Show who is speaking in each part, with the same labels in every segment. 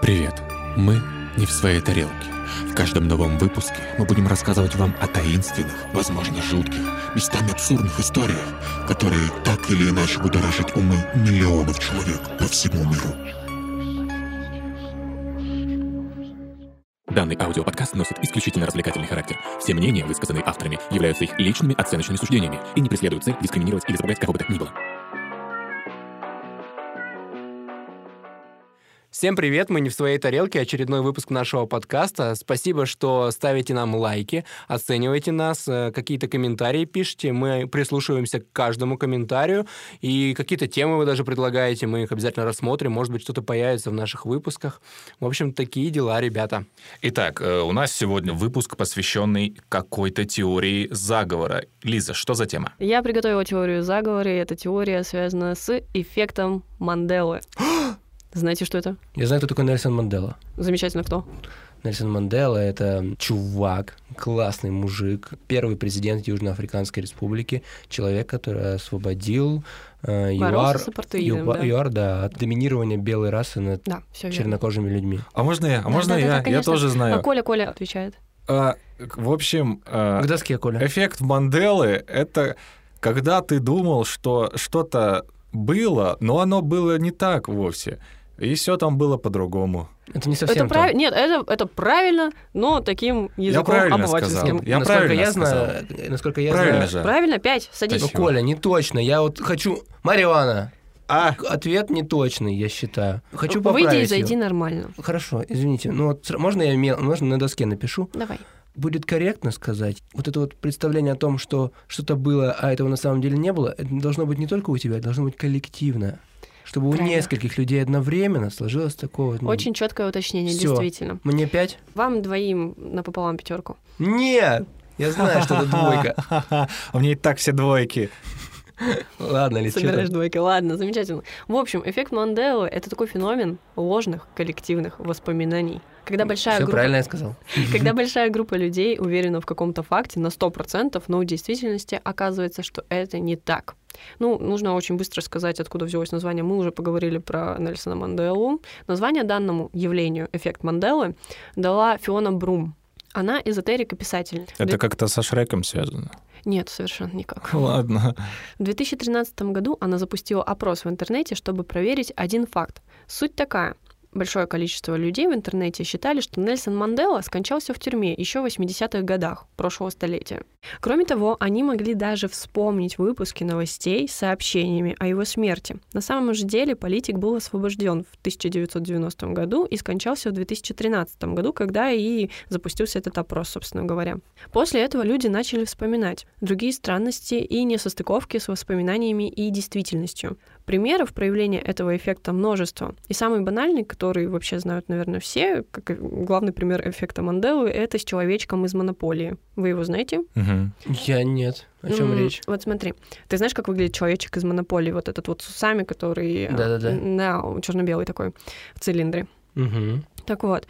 Speaker 1: Привет! Мы не в своей тарелке. В каждом новом выпуске мы будем рассказывать вам о таинственных, возможно, жутких, местами абсурдных историях, которые так или иначе будоражат умы миллионов человек по всему миру. Данный аудиоподкаст носит исключительно развлекательный характер. Все мнения, высказанные авторами, являются их личными оценочными суждениями и не преследуют цель дискриминировать или запугать кого бы то ни было.
Speaker 2: Всем привет, мы не в своей тарелке, очередной выпуск нашего подкаста. Спасибо, что ставите нам лайки, оцениваете нас, э, какие-то комментарии пишите, мы прислушиваемся к каждому комментарию, и какие-то темы вы даже предлагаете, мы их обязательно рассмотрим, может быть, что-то появится в наших выпусках. В общем, такие дела, ребята.
Speaker 3: Итак, э, у нас сегодня выпуск, посвященный какой-то теории заговора. Лиза, что за тема?
Speaker 4: Я приготовила теорию заговора, и эта теория связана с эффектом Манделы. Знаете, что это?
Speaker 5: Я знаю, кто такой Нельсон Мандела.
Speaker 4: Замечательно, кто?
Speaker 5: Нельсон Мандела — это чувак, классный мужик, первый президент Южноафриканской республики, человек, который освободил э,
Speaker 4: Боролся
Speaker 5: ЮАР,
Speaker 4: с апартеидом,
Speaker 5: Юба-
Speaker 4: да.
Speaker 5: ЮАР, да, от доминирования белой расы над
Speaker 4: Да, все верно.
Speaker 5: чернокожими людьми.
Speaker 3: А можно я? А можно
Speaker 4: да, да,
Speaker 3: я? я
Speaker 4: конечно.
Speaker 3: тоже
Speaker 4: А
Speaker 3: знаю.
Speaker 4: Коля, Коля отвечает.
Speaker 3: А, к- в общем,
Speaker 2: А
Speaker 3: э,
Speaker 5: К доске, Коля.
Speaker 3: эффект Манделы — это когда ты думал, что что-то было, но оно было не так вовсе. И все там было по-другому.
Speaker 5: Это не совсем
Speaker 4: это
Speaker 5: то.
Speaker 4: правильно. Нет, это, это правильно, но таким языком
Speaker 3: правильно
Speaker 4: обывательским.
Speaker 3: сказал. Я
Speaker 5: насколько
Speaker 3: правильно
Speaker 5: я знаю, э, насколько я
Speaker 3: Правильно
Speaker 5: знаю...
Speaker 3: же.
Speaker 4: Правильно? Пять, садись.
Speaker 5: Ну,
Speaker 3: Спасибо.
Speaker 5: Коля, не точно. Я вот хочу... Мариуана.
Speaker 3: А,
Speaker 5: Ответ неточный, я считаю. Хочу поправить
Speaker 4: Выйди и
Speaker 5: её.
Speaker 4: зайди нормально. мальчик.
Speaker 5: Хорошо, извините. Ну вот сра- можно я мел- можно на доске напишу?
Speaker 4: Давай.
Speaker 5: Будет корректно сказать, вот это вот представление о том, что что-то было, а этого на самом деле не было, это должно быть не только у тебя, это должно быть коллективно. Чтобы
Speaker 4: Правильно.
Speaker 5: у нескольких людей одновременно сложилось такое... вот, ну,
Speaker 4: Очень четкое уточнение,
Speaker 5: всё.
Speaker 4: действительно.
Speaker 5: Мне пять?
Speaker 4: Вам двоим напополам пятерку.
Speaker 5: Нет! Я знаю, что это двойка.
Speaker 3: у меня А и так все двойки.
Speaker 5: Ладно, или чё
Speaker 4: Собираешь
Speaker 5: там?
Speaker 4: двойки, ладно, замечательно. В общем, эффект Манделы — это такой феномен ложных коллективных воспоминаний. Когда большая
Speaker 5: Всё
Speaker 4: группа...
Speaker 5: правильно я сказал.
Speaker 4: Когда большая группа людей уверена в каком-то факте на 100%, но в действительности оказывается, что это не так. Ну, нужно очень быстро сказать, откуда взялось название. Мы уже поговорили про Нельсона Манделу. Название данному явлению «Эффект Манделы» дала Фиона Брум. Она эзотерик и писатель.
Speaker 3: Это как-то со Шреком связано.
Speaker 4: Нет, совершенно никак.
Speaker 3: Ладно.
Speaker 4: В 2013 году она запустила опрос в интернете, чтобы проверить один факт. Суть такая. Большое количество людей в интернете считали, что Нельсон Мандела скончался в тюрьме еще в 80-х годах прошлого столетия. Кроме того, они могли даже вспомнить выпуски новостей с сообщениями о его смерти. На самом же деле политик был освобожден в 1990 году и скончался в 2013 году, когда и запустился этот опрос, собственно говоря. После этого люди начали вспоминать другие странности и несостыковки с воспоминаниями и действительностью. Примеров проявления этого эффекта множество. И самый банальный, который вообще знают, наверное, все, как и главный пример эффекта Манделы, это с человечком из «Монополии». Вы его знаете?
Speaker 3: Мгм.
Speaker 5: Я нет. О чем
Speaker 4: М,
Speaker 5: речь?
Speaker 4: Вот смотри, ты знаешь, как выглядит человечек из «Монополии», вот этот вот с усами, который... э,
Speaker 5: Да-да-да.
Speaker 4: Да, черно-белый такой, в цилиндре.
Speaker 5: Мгм.
Speaker 4: Так вот,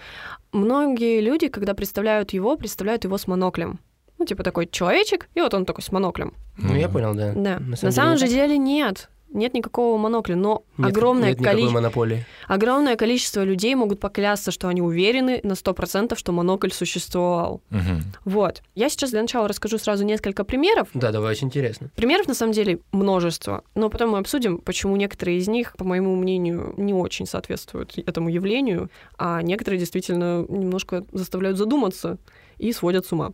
Speaker 4: многие люди, когда представляют его, представляют его с моноклем. Ну, типа такой человечек, и вот он такой с моноклем.
Speaker 5: Ну, я понял, да.
Speaker 4: Да. На самом, же
Speaker 5: деле
Speaker 4: деле нет. Нет никакого монокля, но
Speaker 5: нет-
Speaker 4: огромное,
Speaker 5: Нет никакой
Speaker 4: коли-
Speaker 5: монополии.
Speaker 4: огромное количество людей могут поклясться, что они уверены на 100%, что монокль существовал.
Speaker 3: Мгм.
Speaker 4: Вот. Я сейчас для начала расскажу сразу несколько примеров.
Speaker 5: Да, давай, очень интересно.
Speaker 4: Примеров, на самом деле, множество, но потом мы обсудим, почему некоторые из них, по моему мнению, не очень соответствуют этому явлению, а некоторые действительно немножко заставляют задуматься и сводят с ума.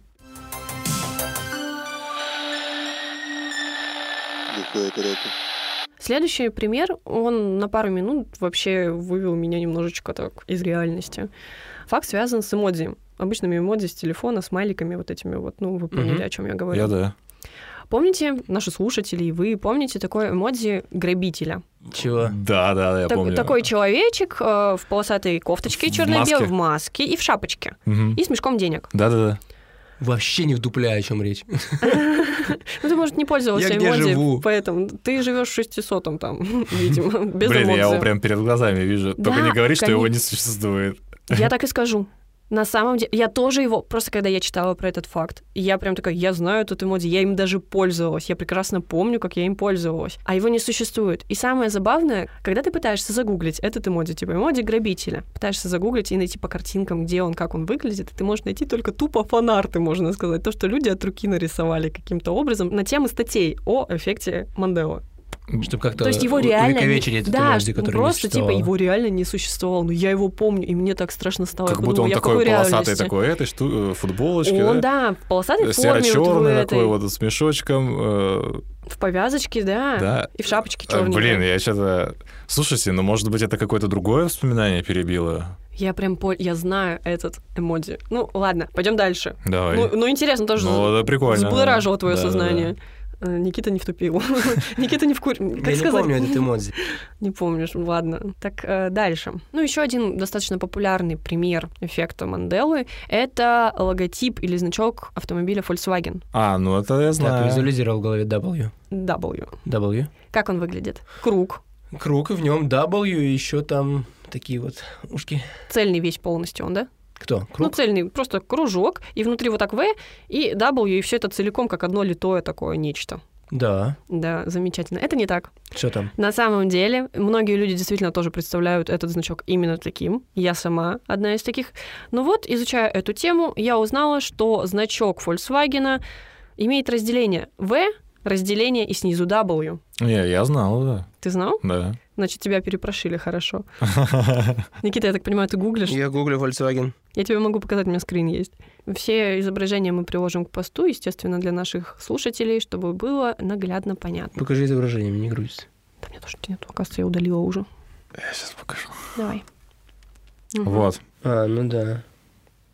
Speaker 4: Следующий пример, он на пару минут вообще вывел меня немножечко так из реальности. Факт связан с эмодзи, обычными эмодзи с телефона, смайликами вот этими вот, ну, вы поняли,
Speaker 5: Мгм.
Speaker 4: о чем я говорю.
Speaker 3: Я да.
Speaker 4: Помните, наши слушатели и вы, помните такое эмодзи грабителя?
Speaker 5: Чего?
Speaker 3: Да, да, да, я
Speaker 4: Так-
Speaker 3: помню.
Speaker 4: Такой человечек э, в полосатой кофточке
Speaker 3: В
Speaker 4: черно-белой,
Speaker 3: маске.
Speaker 4: в маске и в шапочке,
Speaker 3: Мгм.
Speaker 4: и с мешком денег.
Speaker 3: Да-да-да.
Speaker 5: Вообще не вдупляю, о чем речь.
Speaker 4: Ну, ты, может, не пользовался
Speaker 5: Я где
Speaker 4: эмодзи,
Speaker 5: живу?
Speaker 4: поэтому ты живешь в 600 там, видимо, без
Speaker 3: Блин, я его
Speaker 4: эмодзи.
Speaker 3: прям перед глазами вижу. Только
Speaker 4: Да,
Speaker 3: не говори, что его
Speaker 4: конечно.
Speaker 3: не существует.
Speaker 4: Я так и скажу. На самом деле, я тоже его, просто когда я читала про этот факт, я прям такая, я знаю этот эмодзи, я им даже пользовалась, я прекрасно помню, как я им пользовалась, а его не существует. И самое забавное, когда ты пытаешься загуглить этот эмодзи, типа эмодзи грабителя, пытаешься загуглить и найти по картинкам, где он, как он выглядит, и ты можешь найти только тупо фанарты, можно сказать, то, что люди от руки нарисовали каким-то образом на темы статей о эффекте Мандела.
Speaker 5: Чтобы
Speaker 3: э,
Speaker 5: как-то
Speaker 4: То есть его
Speaker 5: у-
Speaker 4: реально...
Speaker 5: увековечить этот
Speaker 4: да,
Speaker 5: эмодзи, который не
Speaker 4: просто типа
Speaker 5: существовал.
Speaker 4: его реально не существовало. Но я его помню, и мне так страшно стало.
Speaker 3: Как
Speaker 4: я
Speaker 3: будто
Speaker 4: подумала,
Speaker 3: он
Speaker 4: ну, я в
Speaker 3: такой
Speaker 4: какой
Speaker 3: полосатый,
Speaker 4: реальности?
Speaker 3: такой этой шту- э, футболочке,
Speaker 4: Он,
Speaker 3: да?
Speaker 4: да, в полосатой форме вот в
Speaker 3: Серо-черный
Speaker 4: этой,
Speaker 3: такой вот с мешочком, э,
Speaker 4: в повязочке, да,
Speaker 3: да.
Speaker 4: и в шапочке
Speaker 3: Э,
Speaker 4: черной.
Speaker 3: Блин, я что-то... Слушайте, ну, может быть, это какое-то другое воспоминание перебило?
Speaker 4: Я прям пол... я знаю этот эмодзи. Ну, ладно, пойдем дальше.
Speaker 3: Давай.
Speaker 4: Ну, ну, интересно тоже.
Speaker 3: Ну, это прикольно.
Speaker 4: взбудоражило твое
Speaker 3: Да, да, да.
Speaker 4: сознание. Э, Никита не втупил. Никита не в кур... Как
Speaker 5: Я не
Speaker 4: сказать?
Speaker 5: помню этот эмодзи.
Speaker 4: Не помнишь, ну ладно. Так, э, дальше. Ну, еще один достаточно популярный пример эффекта Манделы — это логотип или значок автомобиля Volkswagen
Speaker 3: А, ну это я
Speaker 5: Так,
Speaker 3: знаю.
Speaker 5: визуализировал в голове W.
Speaker 4: W.
Speaker 5: W.
Speaker 4: Как он выглядит? Круг,
Speaker 5: Круг, и в нем W, и еще там такие вот ушки.
Speaker 4: цельный весь полностью он, да?
Speaker 5: Кто?
Speaker 4: Ну,
Speaker 5: Круг?
Speaker 4: цельный, просто кружок, и внутри вот так V, и W, и все это целиком, как одно литое такое нечто.
Speaker 5: Да.
Speaker 4: Да, замечательно. Это не так.
Speaker 5: Что там?
Speaker 4: На самом деле, многие люди действительно тоже представляют этот значок именно таким. Я сама одна из таких. Но вот, изучая эту тему, я узнала, что значок Volkswagen имеет разделение V, разделение и снизу W.
Speaker 3: Не, я знал, да.
Speaker 4: Ты знал?
Speaker 3: Да.
Speaker 4: Значит, тебя перепрошили хорошо. Никита, я так понимаю, ты гуглишь?
Speaker 5: Я гуглю Volkswagen.
Speaker 4: Я тебе могу показать, у меня скрин есть. Все изображения мы приложим к посту, естественно, для наших слушателей, чтобы было наглядно понятно.
Speaker 5: Покажи изображение, мне не грузится.
Speaker 4: Да мне тоже нету, оказывается, я удалила уже.
Speaker 3: Я сейчас покажу.
Speaker 4: Давай. Мгм.
Speaker 3: Вот.
Speaker 5: А, ну да.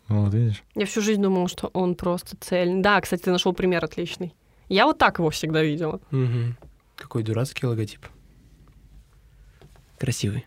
Speaker 3: Вот, видишь?
Speaker 4: Я всю жизнь думала, что он просто цельный. Да, кстати, ты нашел пример отличный. Я вот так его всегда видела.
Speaker 5: Мгм. Какой дурацкий логотип. Красивый.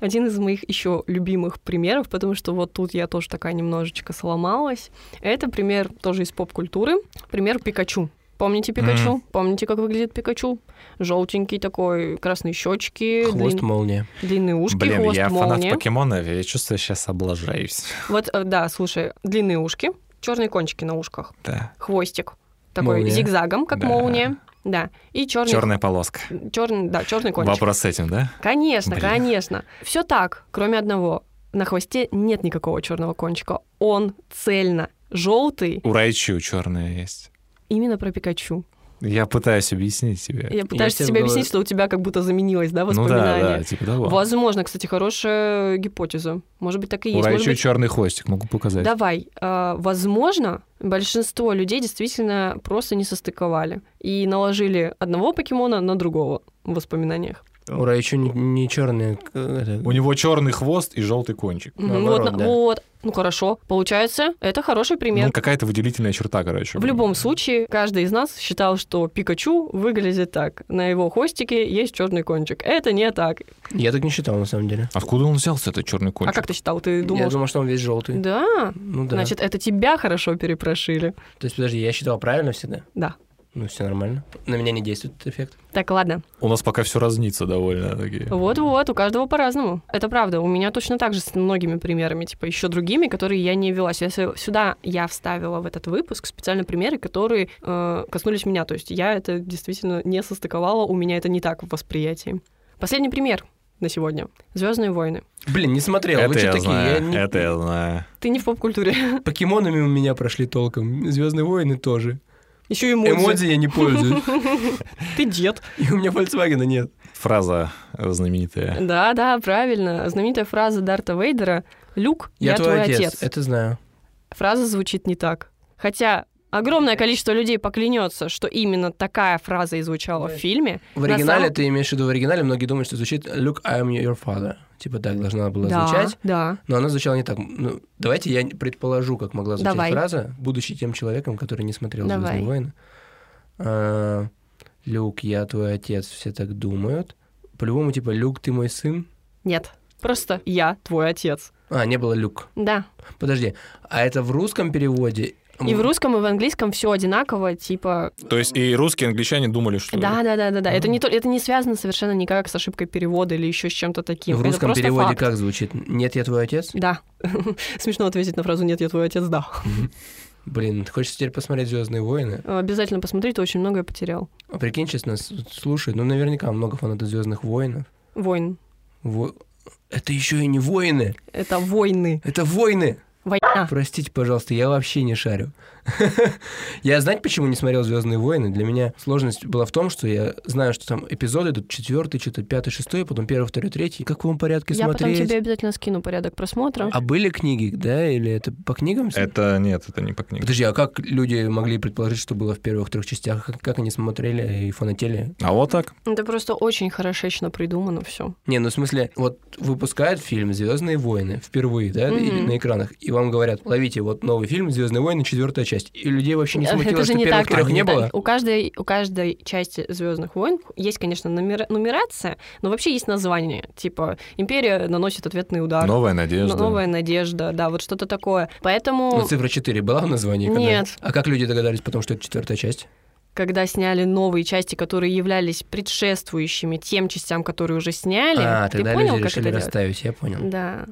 Speaker 4: Один из моих еще любимых примеров, потому что вот тут я тоже такая немножечко сломалась. Это пример тоже из поп-культуры. Пример Пикачу. Помните Пикачу? Помните, как выглядит Пикачу? Желтенький такой, красные щечки,
Speaker 5: Хвост
Speaker 4: длин-
Speaker 5: молния.
Speaker 4: длинные ушки,
Speaker 3: Блин,
Speaker 4: хвост
Speaker 3: я фанат
Speaker 4: молния.
Speaker 3: покемонов, я чувствую, сейчас облажаюсь.
Speaker 4: Вот, э, да, слушай, длинные ушки, черные кончики на ушках,
Speaker 3: Да.
Speaker 4: хвостик такой
Speaker 5: Молния.
Speaker 4: зигзагом, как
Speaker 3: Да.
Speaker 4: молния. Да, и черный,
Speaker 3: Черная полоска.
Speaker 4: черный, да, черный кончик.
Speaker 3: Вопрос с этим, да?
Speaker 4: Конечно,
Speaker 3: Блин.
Speaker 4: конечно. Все так, кроме одного. На хвосте нет никакого черного кончика. Он цельно желтый.
Speaker 3: У Райчу черная есть.
Speaker 4: Именно про Пикачу.
Speaker 3: Я пытаюсь объяснить тебе.
Speaker 4: Я пытаюсь
Speaker 5: тебе
Speaker 4: тебе
Speaker 5: говорю-
Speaker 4: объяснить, что у тебя как будто заменилось, да,
Speaker 3: Ну
Speaker 4: воспоминание.
Speaker 3: да, да, типа того.
Speaker 4: Возможно, кстати, хорошая гипотеза. Может быть, так и
Speaker 3: У
Speaker 4: есть. Может
Speaker 3: Райчу
Speaker 4: быть,
Speaker 3: черный хвостик, могу показать.
Speaker 4: Давай. А, Возможно, большинство людей действительно просто не состыковали и наложили одного покемона на другого в воспоминаниях.
Speaker 5: Ура, еще не, черный.
Speaker 3: У него черный хвост и желтый кончик.
Speaker 4: Мгм,
Speaker 5: Наоборот,
Speaker 4: вот, на-
Speaker 5: да.
Speaker 4: вот. Ну хорошо. Получается, это хороший пример.
Speaker 3: Ну, какая-то выделительная черта, короче.
Speaker 4: В любом случае, каждый из нас считал, что Пикачу выглядит так. На его хвостике есть черный кончик. Это не так.
Speaker 5: Я так не считал, на самом деле.
Speaker 3: Откуда он взялся, этот черный
Speaker 4: А
Speaker 3: кончик?
Speaker 4: как ты считал? Ты думал,
Speaker 5: Я
Speaker 4: что...
Speaker 5: думал, что он весь желтый.
Speaker 4: Да.
Speaker 5: Ну да.
Speaker 4: Значит, это тебя хорошо перепрошили.
Speaker 5: То есть, подожди, я считал правильно всегда?
Speaker 4: Да.
Speaker 5: Ну, все нормально. На меня не действует этот эффект.
Speaker 4: Так, ладно.
Speaker 3: У нас пока все разнится довольно. таки.
Speaker 4: Вот-вот, у каждого по-разному. Это правда. У меня точно так же с многими примерами, типа еще другими, которые я не вела. Сюда- Сюда я вставила в этот выпуск специально примеры, которые э, коснулись меня. То есть я это действительно не состыковала, у меня это не так в восприятии. Последний пример на сегодня. Звездные войны.
Speaker 5: Блин, не смотрел.
Speaker 3: Это
Speaker 5: Вы что
Speaker 3: я
Speaker 5: такие? Я
Speaker 3: знаю,
Speaker 5: не-
Speaker 3: это я знаю.
Speaker 4: Ты не в поп-культуре.
Speaker 5: Покемонами у меня прошли толком. Звездные войны тоже.
Speaker 4: Еще и
Speaker 5: Эмодзи я не пользуюсь.
Speaker 4: Ты дед.
Speaker 5: И у меня Volkswagen нет.
Speaker 3: Фраза э, знаменитая.
Speaker 4: Да, да, правильно. Знаменитая фраза Дарта Вейдера «Люк, я, твой отец».
Speaker 5: Это знаю.
Speaker 4: Фраза звучит не так. Хотя огромное количество людей поклянется, что именно такая фраза и звучала в
Speaker 5: Да.
Speaker 4: фильме.
Speaker 5: В
Speaker 4: На
Speaker 5: оригинале,
Speaker 4: самом-
Speaker 5: ты имеешь в виду в оригинале, многие думают, что звучит «Look, I'm your father». Типа так должна была
Speaker 4: Да,
Speaker 5: звучать.
Speaker 4: да.
Speaker 5: Но она звучала не так. Ну, давайте я предположу, как могла звучать
Speaker 4: Давай.
Speaker 5: фраза, будучи тем человеком, который не смотрел
Speaker 4: Давай.
Speaker 5: «Звездные войны». А, «Люк, я твой отец», все так думают. По-любому, типа, «Люк, ты мой сын».
Speaker 4: Нет. Просто «я твой отец».
Speaker 5: А, не было «Люк».
Speaker 4: Да.
Speaker 5: Подожди, а это в русском переводе
Speaker 4: И в русском, и в английском все одинаково, типа...
Speaker 3: То есть и русские, и англичане думали, что...
Speaker 4: Да, да, да, да, да. Это не, то, это не связано совершенно никак с ошибкой перевода или еще с чем-то таким.
Speaker 5: В
Speaker 4: Это
Speaker 5: русском
Speaker 4: просто
Speaker 5: переводе
Speaker 4: факт.
Speaker 5: как звучит? Нет, я твой отец?
Speaker 4: Да. Смешно ответить на фразу «нет, я твой отец», да.
Speaker 5: Блин, хочется теперь посмотреть Звездные войны.
Speaker 4: Обязательно посмотри, ты очень многое потерял.
Speaker 5: А Прикинь, сейчас нас слушает, ну наверняка много фанатов Звездных войн.
Speaker 4: Войн.
Speaker 5: Во- Это еще и не воины.
Speaker 4: Это войны.
Speaker 5: Это войны.
Speaker 4: Война.
Speaker 5: Простите, пожалуйста, я вообще не шарю. я знать, почему не смотрел Звездные войны. Для меня сложность была в том, что я знаю, что там эпизоды идут четвертый, что-то пятый, шестой, потом первый, второй, третий. В каком порядке
Speaker 4: Я потом
Speaker 5: смотреть?
Speaker 4: тебе обязательно скину порядок просмотра.
Speaker 5: А были книги, да, или это по книгам? всё?
Speaker 3: Это нет, это не по книге.
Speaker 5: Подожди, а как люди могли предположить, что было в первых трех частях? Как, как они смотрели и фанатели?
Speaker 3: А вот так.
Speaker 4: Это просто очень хорошечно придумано все.
Speaker 5: Не, ну в смысле, вот выпускают фильм Звездные войны впервые, да,
Speaker 4: Мгм.
Speaker 5: и на экранах, и вам говорят, ловите вот новый фильм Звездные войны, четвертая часть. И людей вообще
Speaker 4: Э,
Speaker 5: не смутило, что первых трех не было.
Speaker 4: У каждой, у каждой части Звездных войн есть, конечно, номер- нумерация, но вообще есть название. Типа Империя наносит ответный удар.
Speaker 3: Новая надежда.
Speaker 4: Новая надежда, да, вот что-то такое. Поэтому,
Speaker 5: Ну, цифра 4 была в названии? когда-
Speaker 4: Нет.
Speaker 5: А как люди догадались потом, что это четвертая часть?
Speaker 4: когда сняли новые части, которые являлись предшествующими тем частям, которые уже сняли,
Speaker 5: а,
Speaker 4: ты
Speaker 5: тогда
Speaker 4: понял,
Speaker 5: люди
Speaker 4: как
Speaker 5: решили
Speaker 4: это делать?
Speaker 5: расставить, я понял.
Speaker 4: Да,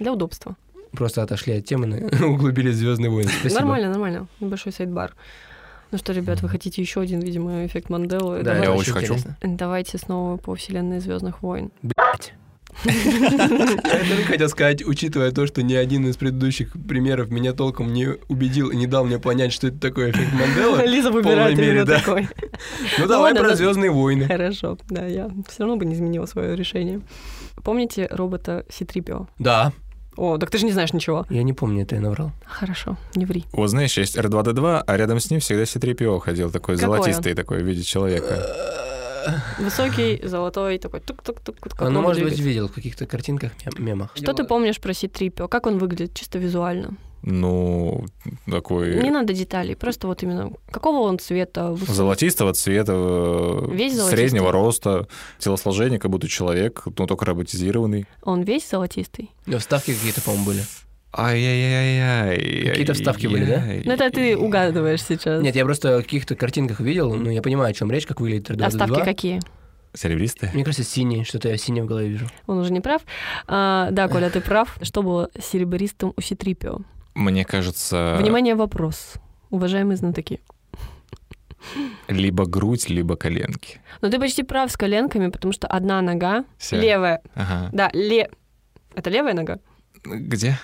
Speaker 4: для удобства.
Speaker 5: Просто отошли от темы, на- углубились в Звездные войны. Спасибо.
Speaker 4: Нормально, нормально. Небольшой сайт-бар. Ну что, ребят, вы хотите еще один, видимо, эффект Манделы?
Speaker 5: Да,
Speaker 4: Давай-
Speaker 5: это
Speaker 3: очень хочу.
Speaker 5: интересно.
Speaker 4: Давайте снова по вселенной Звездных войн.
Speaker 5: Блять. Я только хотел сказать, учитывая то, что ни один из предыдущих примеров меня толком не убедил и не дал мне понять, что это такое эффект Манделы.
Speaker 4: Лиза
Speaker 5: выбирает
Speaker 4: выбирает
Speaker 5: Ну, полной мере,
Speaker 4: именно
Speaker 5: именно да.
Speaker 4: такой.
Speaker 5: Ну давай
Speaker 4: ладно,
Speaker 5: про
Speaker 4: да.
Speaker 5: Звездные войны.
Speaker 4: Хорошо, да, я все равно бы не изменила свое решение. Помните робота Ситрипио?
Speaker 5: Да.
Speaker 4: О, так ты же не знаешь ничего.
Speaker 5: Я не помню, это я наврал.
Speaker 4: Хорошо, не ври.
Speaker 3: Вот знаешь, есть R2D2, а рядом с ним всегда C3PO ходил, такой
Speaker 4: Какой он?
Speaker 3: золотистый, такой в виде
Speaker 5: Э,
Speaker 3: человека.
Speaker 4: Высокий, золотой, такой тук-тук-тук. как
Speaker 5: Ну,
Speaker 4: он
Speaker 5: может быть,
Speaker 4: двигается.
Speaker 5: видел в каких-то картинках, мем- мемах.
Speaker 4: Что ты помнишь про Ситрипио? Как он выглядит чисто визуально?
Speaker 3: Ну, такой
Speaker 4: Не надо деталей, просто вот именно какого он цвета, выс-
Speaker 3: золотистого цвета, э,
Speaker 4: Весь золотистый?
Speaker 3: среднего роста, телосложение, как будто человек, но только роботизированный.
Speaker 4: он весь золотистый.
Speaker 5: Ну, Вставки какие-то, по-моему, были.
Speaker 3: Ай-яй-яй-яй.
Speaker 5: Какие-то вставки были, да?
Speaker 4: Ну это ты угадываешь сейчас.
Speaker 5: Нет, я просто в каких-то картинках видел, ну, я понимаю, о чем речь, как выглядит R2-D2.
Speaker 4: а ставки какие?
Speaker 3: Серебристые?
Speaker 5: Мне кажется, синий, что-то я синее в голове вижу.
Speaker 4: Он уже не прав. А, да, Коля, ты прав. Что было серебристым у Ситрипио?
Speaker 3: Мне кажется,
Speaker 4: Внимание, вопрос. Уважаемые знатоки.
Speaker 3: либо грудь, либо коленки.
Speaker 4: Но ты почти прав с коленками, потому что одна нога,
Speaker 3: Всё.
Speaker 4: левая,
Speaker 3: Ага.
Speaker 4: да, ле... Это левая нога?
Speaker 3: Где?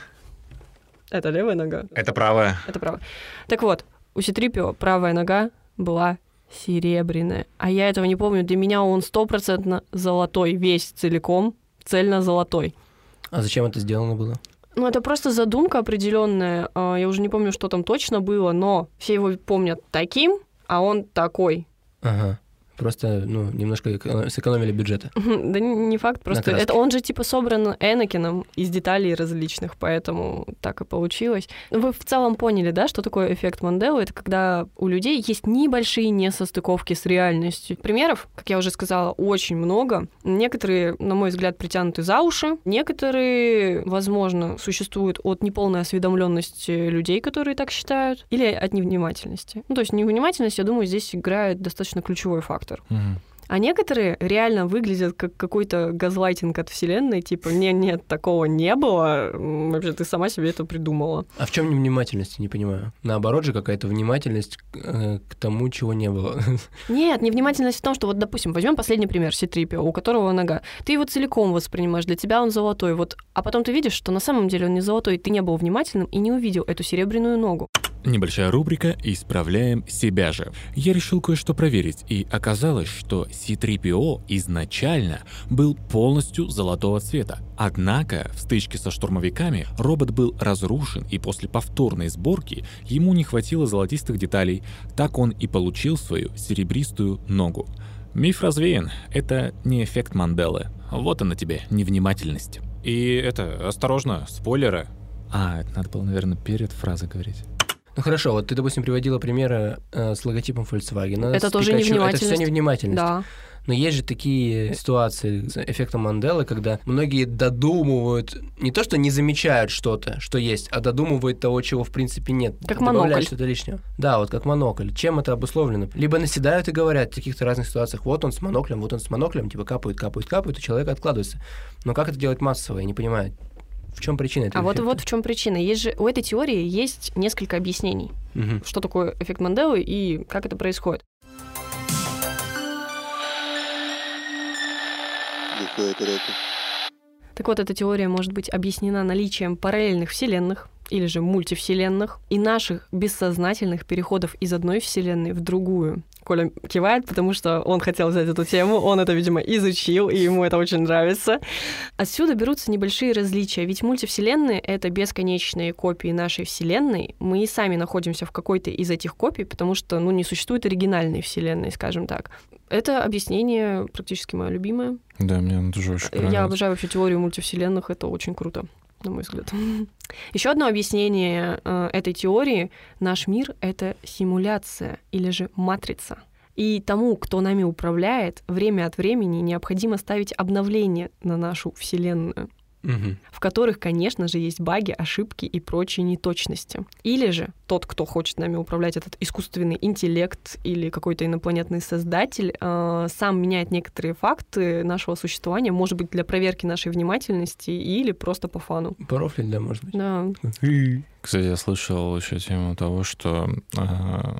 Speaker 4: Это левая нога.
Speaker 3: Это правая.
Speaker 4: Это правая. Так вот, у Ситрипио правая нога была серебряная. А я этого не помню. Для меня он стопроцентно золотой, весь целиком, цельно золотой.
Speaker 5: А зачем это сделано было?
Speaker 4: Ну, это просто задумка определенная. А, Я уже не помню, что там точно было, но все его помнят таким, а он такой.
Speaker 5: Ага. Просто, ну, немножко эко- сэкономили бюджета.
Speaker 4: Да н- не факт, просто
Speaker 5: краске.
Speaker 4: это он же типа собран Энакином из деталей различных, поэтому так и получилось. Ну, Вы в целом поняли, да, что такое эффект Манделы? Это когда у людей есть небольшие несостыковки с реальностью. Примеров, как я уже сказала, очень много. Некоторые, на мой взгляд, притянуты за уши, некоторые, возможно, существуют от неполной осведомленности людей, которые так считают, или от невнимательности. Ну, то есть невнимательность, я думаю, здесь играет достаточно ключевой фактор. А некоторые реально выглядят как какой-то газлайтинг от вселенной, типа, не, нет, такого не было, М, вообще ты сама себе это придумала.
Speaker 5: А в чем невнимательность, не понимаю? Наоборот же какая-то внимательность к, э, к тому, чего не было.
Speaker 4: Нет, невнимательность в том, что вот, допустим, возьмем последний пример Ситрипио, у которого нога. Ты его целиком воспринимаешь, для тебя он золотой, вот, а потом ты видишь, что на самом деле он не золотой, ты не был внимательным и не увидел эту серебряную ногу.
Speaker 1: Небольшая рубрика «Исправляем себя же». Я решил кое-что проверить, и оказалось, что C-3PO изначально был полностью золотого цвета. Однако в стычке со штурмовиками робот был разрушен, и после повторной сборки ему не хватило золотистых деталей. Так он и получил свою серебристую ногу. Миф развеян. Это не эффект Манделы. Вот она тебе, невнимательность. И это, осторожно, спойлеры. А, это надо было, наверное, перед фразой говорить.
Speaker 5: Ну хорошо, вот ты, допустим, приводила примеры э, с логотипом Volkswagen.
Speaker 4: Это тоже
Speaker 5: Это все
Speaker 4: невнимательность.
Speaker 5: невнимательность.
Speaker 4: Да.
Speaker 5: Но есть же такие ситуации с эффектом Манделы, когда многие додумывают, не то что не замечают что-то, что есть, а додумывают того, чего в принципе нет.
Speaker 4: Как
Speaker 5: Добавляют
Speaker 4: монокль.
Speaker 5: что-то лишнего. Да, вот как монокль. Чем это обусловлено? Либо наседают и говорят в каких-то разных ситуациях, вот он с моноклем, вот он с моноклем, типа капают, капают, капают, и человек откладывается. Но как это делать массово, я не понимаю. В чем причина этого
Speaker 4: А вот,
Speaker 5: эффекта?
Speaker 4: вот в чем причина. Есть же, у этой теории есть несколько объяснений,
Speaker 5: Мгм.
Speaker 4: что такое эффект Манделы и как это происходит.
Speaker 6: Лихая тарелка.
Speaker 4: Так вот, эта теория может быть объяснена наличием параллельных вселенных или же мультивселенных и наших бессознательных переходов из одной вселенной в другую. Коля кивает, потому что он хотел взять эту тему, он это, видимо, изучил, и ему это очень нравится. Отсюда берутся небольшие различия, ведь мультивселенные — это бесконечные копии нашей вселенной. Мы и сами находимся в какой-то из этих копий, потому что, ну, не существует оригинальной вселенной, скажем так. Это объяснение практически мое любимое.
Speaker 3: Да, мне она тоже очень
Speaker 4: Я
Speaker 3: понравилась.
Speaker 4: обожаю вообще теорию мультивселенных, это очень круто, на мой взгляд. Еще одно объяснение э, этой теории — наш мир — это симуляция или же матрица. И тому, кто нами управляет, время от времени необходимо ставить обновления на нашу Вселенную,
Speaker 5: Мгм.
Speaker 4: в которых, конечно же, есть баги, ошибки и прочие неточности. Или же тот, кто хочет нами управлять, этот искусственный интеллект или какой-то инопланетный создатель, э, сам меняет некоторые факты нашего существования, может быть, для проверки нашей внимательности или просто по фану.
Speaker 5: Профиль, да, может быть.
Speaker 4: Да,
Speaker 3: Кстати, я слышал еще тему того, что а,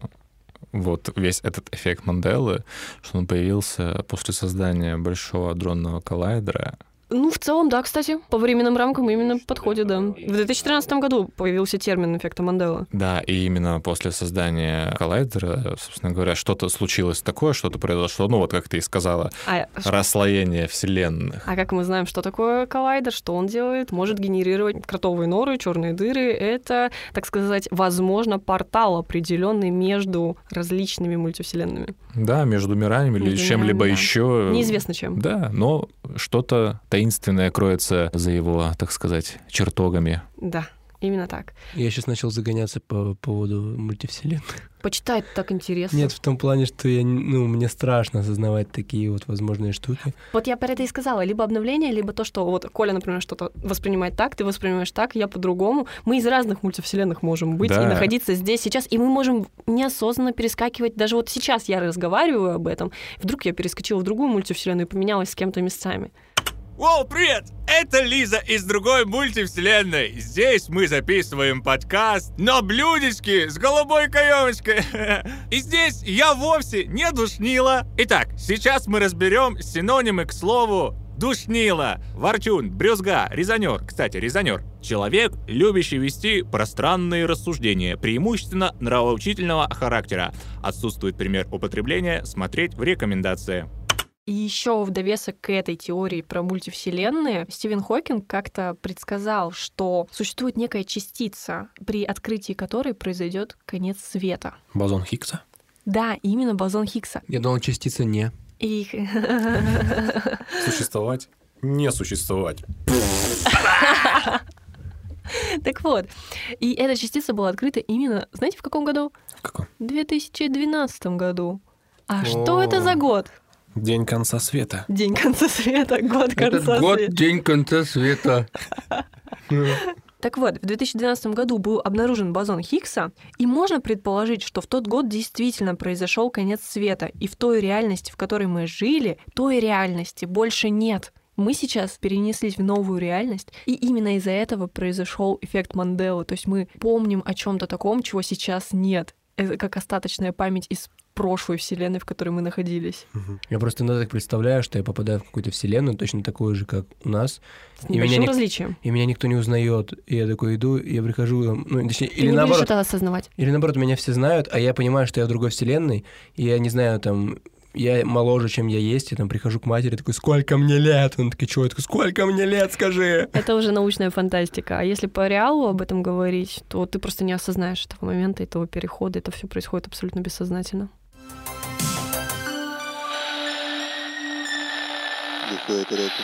Speaker 3: вот весь этот эффект Манделы, что он появился после создания большого адронного коллайдера.
Speaker 4: Ну, в целом, да, кстати, по временным рамкам именно подходит, да. В 2013 году появился термин эффекта Мандела.
Speaker 3: Да, и именно после создания коллайдера, собственно говоря, что-то случилось такое, что-то произошло, ну вот как ты и сказала,
Speaker 4: А,
Speaker 3: расслоение вселенных.
Speaker 4: а как мы знаем, что такое коллайдер, что он делает? Может генерировать кротовые норы, черные дыры. Это, так сказать, возможно, портал определенный между различными мультивселенными.
Speaker 3: Да, между мирами или
Speaker 4: Между
Speaker 3: чем-либо
Speaker 4: мирами, да.
Speaker 3: еще.
Speaker 4: Неизвестно чем.
Speaker 3: Да, но что-то таинственное кроется за его, так сказать, чертогами.
Speaker 4: Да, именно так.
Speaker 5: Я сейчас начал загоняться по поводу мультивселенной.
Speaker 4: Почитать так интересно.
Speaker 5: Нет, в том плане, что я, не- ну, мне страшно осознавать такие вот возможные штуки.
Speaker 4: Вот я про это и сказала. Либо обновление, либо то, что вот Коля, например, что-то воспринимает так, ты воспринимаешь так, я по-другому. Мы из разных мультивселенных можем быть
Speaker 3: Да.
Speaker 4: и находиться здесь сейчас, и мы можем неосознанно перескакивать. Даже вот сейчас я разговариваю об этом, вдруг я перескочила в другую мультивселенную и поменялась с кем-то местами.
Speaker 7: Воу, привет! Это Лиза из другой мультивселенной. Здесь мы записываем подкаст на блюдечке с голубой каемочкой. И здесь я вовсе не душнила. Итак, сейчас мы разберем синонимы к слову душнила, ворчун, брюзга, резонер. Кстати, резонер. Человек, любящий вести пространные рассуждения, преимущественно нравоучительного характера. Отсутствует пример употребления, смотреть в рекомендации.
Speaker 4: И еще в довесок к этой теории про мультивселенные Стивен Хокинг как-то предсказал, что существует некая частица, при открытии которой произойдет конец света.
Speaker 5: Бозон Хиггса?
Speaker 4: Да, именно бозон Хиггса.
Speaker 5: Я думал, частица не.
Speaker 4: И
Speaker 8: Существовать? Не существовать.
Speaker 4: Так вот, и эта частица была открыта именно, знаете, в каком году?
Speaker 8: В каком?
Speaker 4: В 2012 году. А что
Speaker 5: О.
Speaker 4: это за год?
Speaker 8: День конца света.
Speaker 4: День конца света, год конца света.
Speaker 5: день конца света.
Speaker 4: Так вот, в 2012 году был обнаружен бозон Хиггса, и можно предположить, что в тот год действительно произошел конец света, и в той реальности, в которой мы жили, той реальности больше нет. Мы сейчас перенеслись в новую реальность, и именно из-за этого произошел эффект Манделы. То есть мы помним о чем-то таком, чего сейчас нет. Это как остаточная память из прошлой вселенной, в которой мы находились.
Speaker 5: Я просто иногда так представляю, что я попадаю в какую-то вселенную, точно такую же, как у нас,
Speaker 4: С
Speaker 5: И меня
Speaker 4: небольшим
Speaker 5: не-
Speaker 4: различием.
Speaker 5: и меня никто не узнает. И я такой иду, и я прихожу, там, ну, точнее,
Speaker 4: Ты
Speaker 5: или
Speaker 4: не будешь
Speaker 5: наоборот,
Speaker 4: это осознавать.
Speaker 5: или наоборот, меня все знают, а я понимаю, что я в другой вселенной, и я не знаю, там, я моложе, чем я есть, и там прихожу к матери, такой, сколько мне лет? Она такая, чего? Я такой, сколько мне лет, скажи?
Speaker 4: Это уже научная фантастика. А если по реалу об этом говорить, то ты просто не осознаешь этого момента, этого перехода. Это все происходит абсолютно бессознательно.
Speaker 6: Лихая тарелка.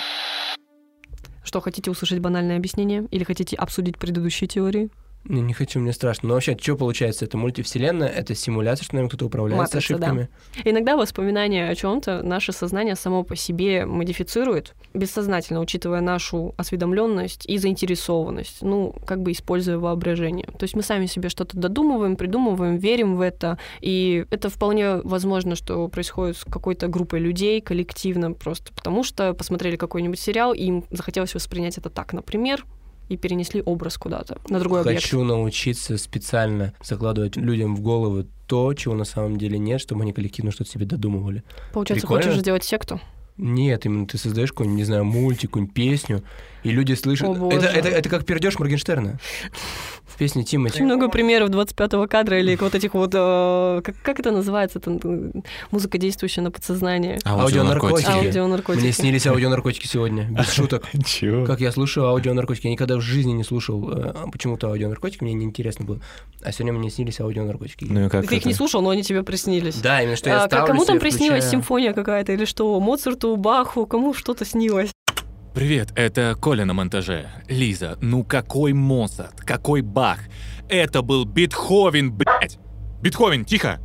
Speaker 4: Что, хотите услышать банальное объяснение? Или хотите обсудить предыдущие теории?
Speaker 5: Ну, Не, не хочу, мне страшно. Но вообще, что получается? Это мультивселенная, это симуляция, что нами кто-то управляет с
Speaker 4: Матрица, да.
Speaker 5: ошибками.
Speaker 4: Иногда воспоминания о чем-то наше сознание само по себе модифицирует, бессознательно учитывая нашу осведомленность и заинтересованность, ну, как бы используя воображение. То есть мы сами себе что-то додумываем, придумываем, верим в это, и это вполне возможно, что происходит с какой-то группой людей, коллективно, просто потому что посмотрели какой-нибудь сериал, и им захотелось воспринять это так, например, и перенесли образ куда-то, на другой объект.
Speaker 5: Хочу научиться специально закладывать людям в головы то, чего на самом деле нет, чтобы они коллективно что-то себе додумывали.
Speaker 4: Получается,
Speaker 5: Прикольно.
Speaker 4: хочешь сделать секту?
Speaker 5: Нет, именно ты создаешь какую-нибудь, не знаю, мультик, какую-нибудь песню, и люди слышат...
Speaker 4: О, боже.
Speaker 5: это, это, это как пердеж Моргенштерна в песне Тимати.
Speaker 4: Очень много примеров 25-го кадра или вот этих вот... э, Как, как это называется? там, э, музыка, действующая на подсознание.
Speaker 9: А
Speaker 5: Аудионаркотики.
Speaker 9: Аудионаркотики.
Speaker 4: Аудионаркотики.
Speaker 5: Мне снились аудионаркотики сегодня, без шуток.
Speaker 9: Чего?
Speaker 5: Как я слушаю аудионаркотики. Я никогда в жизни не слушал э, почему-то аудионаркотики, мне неинтересно было. А сегодня мне снились аудионаркотики.
Speaker 9: Ну и как
Speaker 4: Ты их
Speaker 9: это?
Speaker 4: не слушал, но они тебе приснились.
Speaker 5: Да, именно что я
Speaker 4: А, к-
Speaker 5: ставлю
Speaker 4: кому там
Speaker 5: себе,
Speaker 4: приснилась
Speaker 5: включаю.
Speaker 4: симфония какая-то или что? Моцарту, Баху, кому что-то снилось?
Speaker 3: Привет, это Коля на монтаже. Лиза, ну какой Моцарт, какой Бах? Это был Бетховен, блядь! Бетховен, тихо!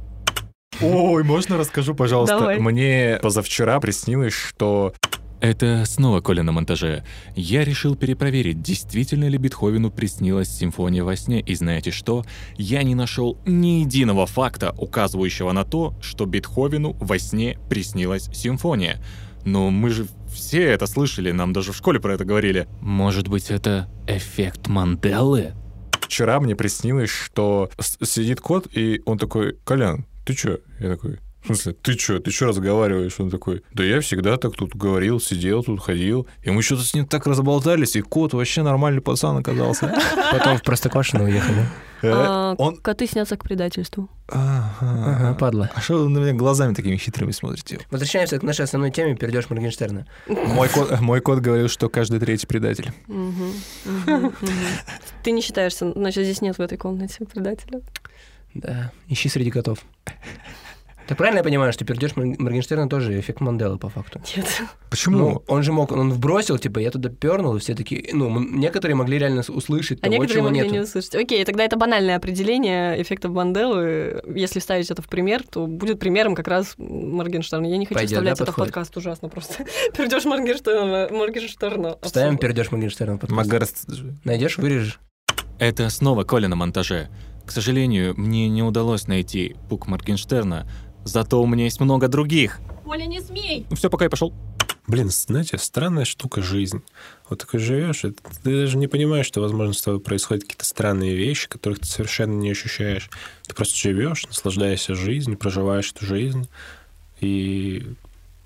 Speaker 9: Ой, можно расскажу, пожалуйста?
Speaker 4: Давай.
Speaker 9: Мне позавчера приснилось, что...
Speaker 3: Это снова Коля на монтаже. Я решил перепроверить, действительно ли Бетховену приснилась симфония во сне, и знаете что? Я не нашел ни единого факта, указывающего на то, что Бетховену во сне приснилась симфония. Но мы же все это слышали, нам даже в школе про это говорили. Может быть, это эффект Манделы?
Speaker 9: Вчера мне приснилось, что с- сидит кот, и он такой, Колян, ты чё? Я такой, в смысле, ты чё, ты чё разговариваешь? Он такой, да я всегда так тут говорил, сидел тут, ходил. И мы что-то с ним так разболтались, и кот вообще нормальный пацан оказался. Э,
Speaker 5: Потом в Простоквашино уехали.
Speaker 4: А,
Speaker 9: Он...
Speaker 4: Коты снятся к предательству.
Speaker 5: Ага,
Speaker 9: Ага.
Speaker 5: падла.
Speaker 9: А что вы на меня глазами такими хитрыми смотрите?
Speaker 5: Возвращаемся к нашей основной теме «Пердеж Моргенштерна».
Speaker 9: Мой кот, мой кот говорил, что каждый третий предатель.
Speaker 4: Мгм, мгм, мгм. Ты не считаешься, значит, здесь нет в этой комнате предателя.
Speaker 5: Да, ищи среди котов. Так правильно я понимаю, что «Пердеж Мор- Моргенштерна» тоже эффект Манделы по факту?
Speaker 4: Нет.
Speaker 9: Почему?
Speaker 5: Ну, он же мог, он вбросил, типа, я туда пернул, и все такие, ну, м- некоторые могли реально с- услышать
Speaker 4: А
Speaker 5: того,
Speaker 4: некоторые
Speaker 5: чего
Speaker 4: могли
Speaker 5: нету.
Speaker 4: не услышать. Окей, тогда это банальное определение эффекта Банделы. Если вставить это в пример, то будет примером как раз Моргенштерна. Я не хочу
Speaker 5: Пойдет,
Speaker 4: вставлять это
Speaker 5: да,
Speaker 4: в
Speaker 5: подходит?
Speaker 4: подкаст, ужасно просто. Пердеж Моргенштерна. Моргенштерна.
Speaker 5: Ставим
Speaker 4: Абсолютно.
Speaker 5: «Пердеж Моргенштерна» в
Speaker 9: Ну,
Speaker 5: подкаст.
Speaker 9: Магарс-
Speaker 5: Найдешь, вырежешь.
Speaker 3: Это снова Коля на монтаже. К сожалению, мне не удалось найти пук Моргенштерна, зато у меня есть много других.
Speaker 4: Коля, не смей!
Speaker 3: Все, пока я пошел.
Speaker 1: Блин, знаете, странная штука жизнь. Вот такой живешь, и ты даже не понимаешь, что, возможно, с тобой происходят какие-то странные вещи, которых ты совершенно не ощущаешь. Ты просто живешь, наслаждаешься жизнью, проживаешь эту жизнь. И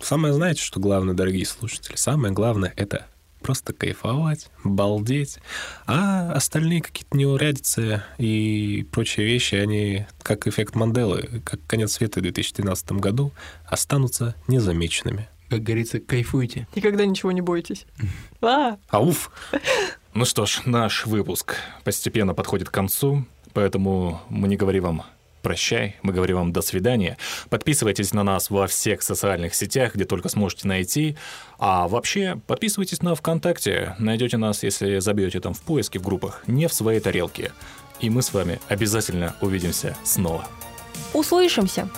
Speaker 1: самое, знаете, что главное, дорогие слушатели? Самое главное — это просто кайфовать, балдеть. А остальные какие-то неурядицы и прочие вещи, они, как эффект Манделы, как конец света в 2013 году, останутся незамеченными.
Speaker 5: Как говорится, кайфуйте.
Speaker 4: Никогда ничего не бойтесь. А,
Speaker 1: Ауф!
Speaker 3: Ну что ж, наш выпуск постепенно подходит к концу, поэтому мы не говорим вам прощай, мы говорим вам до свидания. Подписывайтесь на нас во всех социальных сетях, где только сможете найти. А вообще, подписывайтесь на ВКонтакте. Найдете нас, если забьете там в поиске в группах, не в своей тарелке. И мы с вами обязательно увидимся снова.
Speaker 4: услышимся.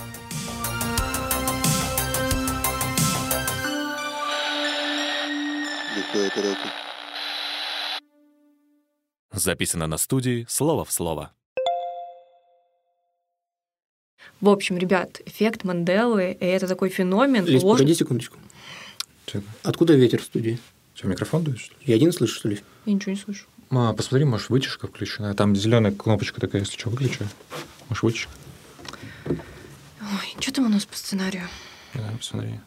Speaker 10: до своей тарелки.
Speaker 3: Записано на студии «Слово в слово».
Speaker 11: В общем, ребят, эффект Манделы — это такой феномен. ложь-
Speaker 5: секундочку.
Speaker 9: Чё это?
Speaker 5: Откуда ветер в студии?
Speaker 9: Что, микрофон дуешь, что ли?
Speaker 5: Я один слышу, что ли?
Speaker 11: Я ничего не слышу.
Speaker 9: Ма, посмотри, может, вытяжка включена. Там зеленая кнопочка такая, если что, выключи. Может, вытяжка?
Speaker 11: Ой, что там у нас по сценарию?
Speaker 9: Да, посмотри.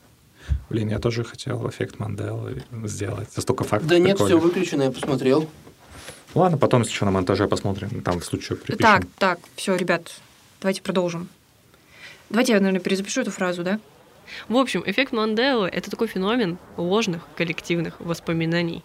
Speaker 9: Блин, я тоже хотел эффект Манделы сделать. Это столько фактов.
Speaker 5: всё
Speaker 9: прикольных.
Speaker 5: выключено, я посмотрел.
Speaker 9: Ладно, потом, если что, на монтаже посмотрим. Там в случае припишем.
Speaker 11: Так, так, все, ребят, давайте продолжим. Давайте я, наверное, перезапишу эту фразу, да?
Speaker 4: В общем, эффект Манделы — это такой феномен ложных коллективных воспоминаний.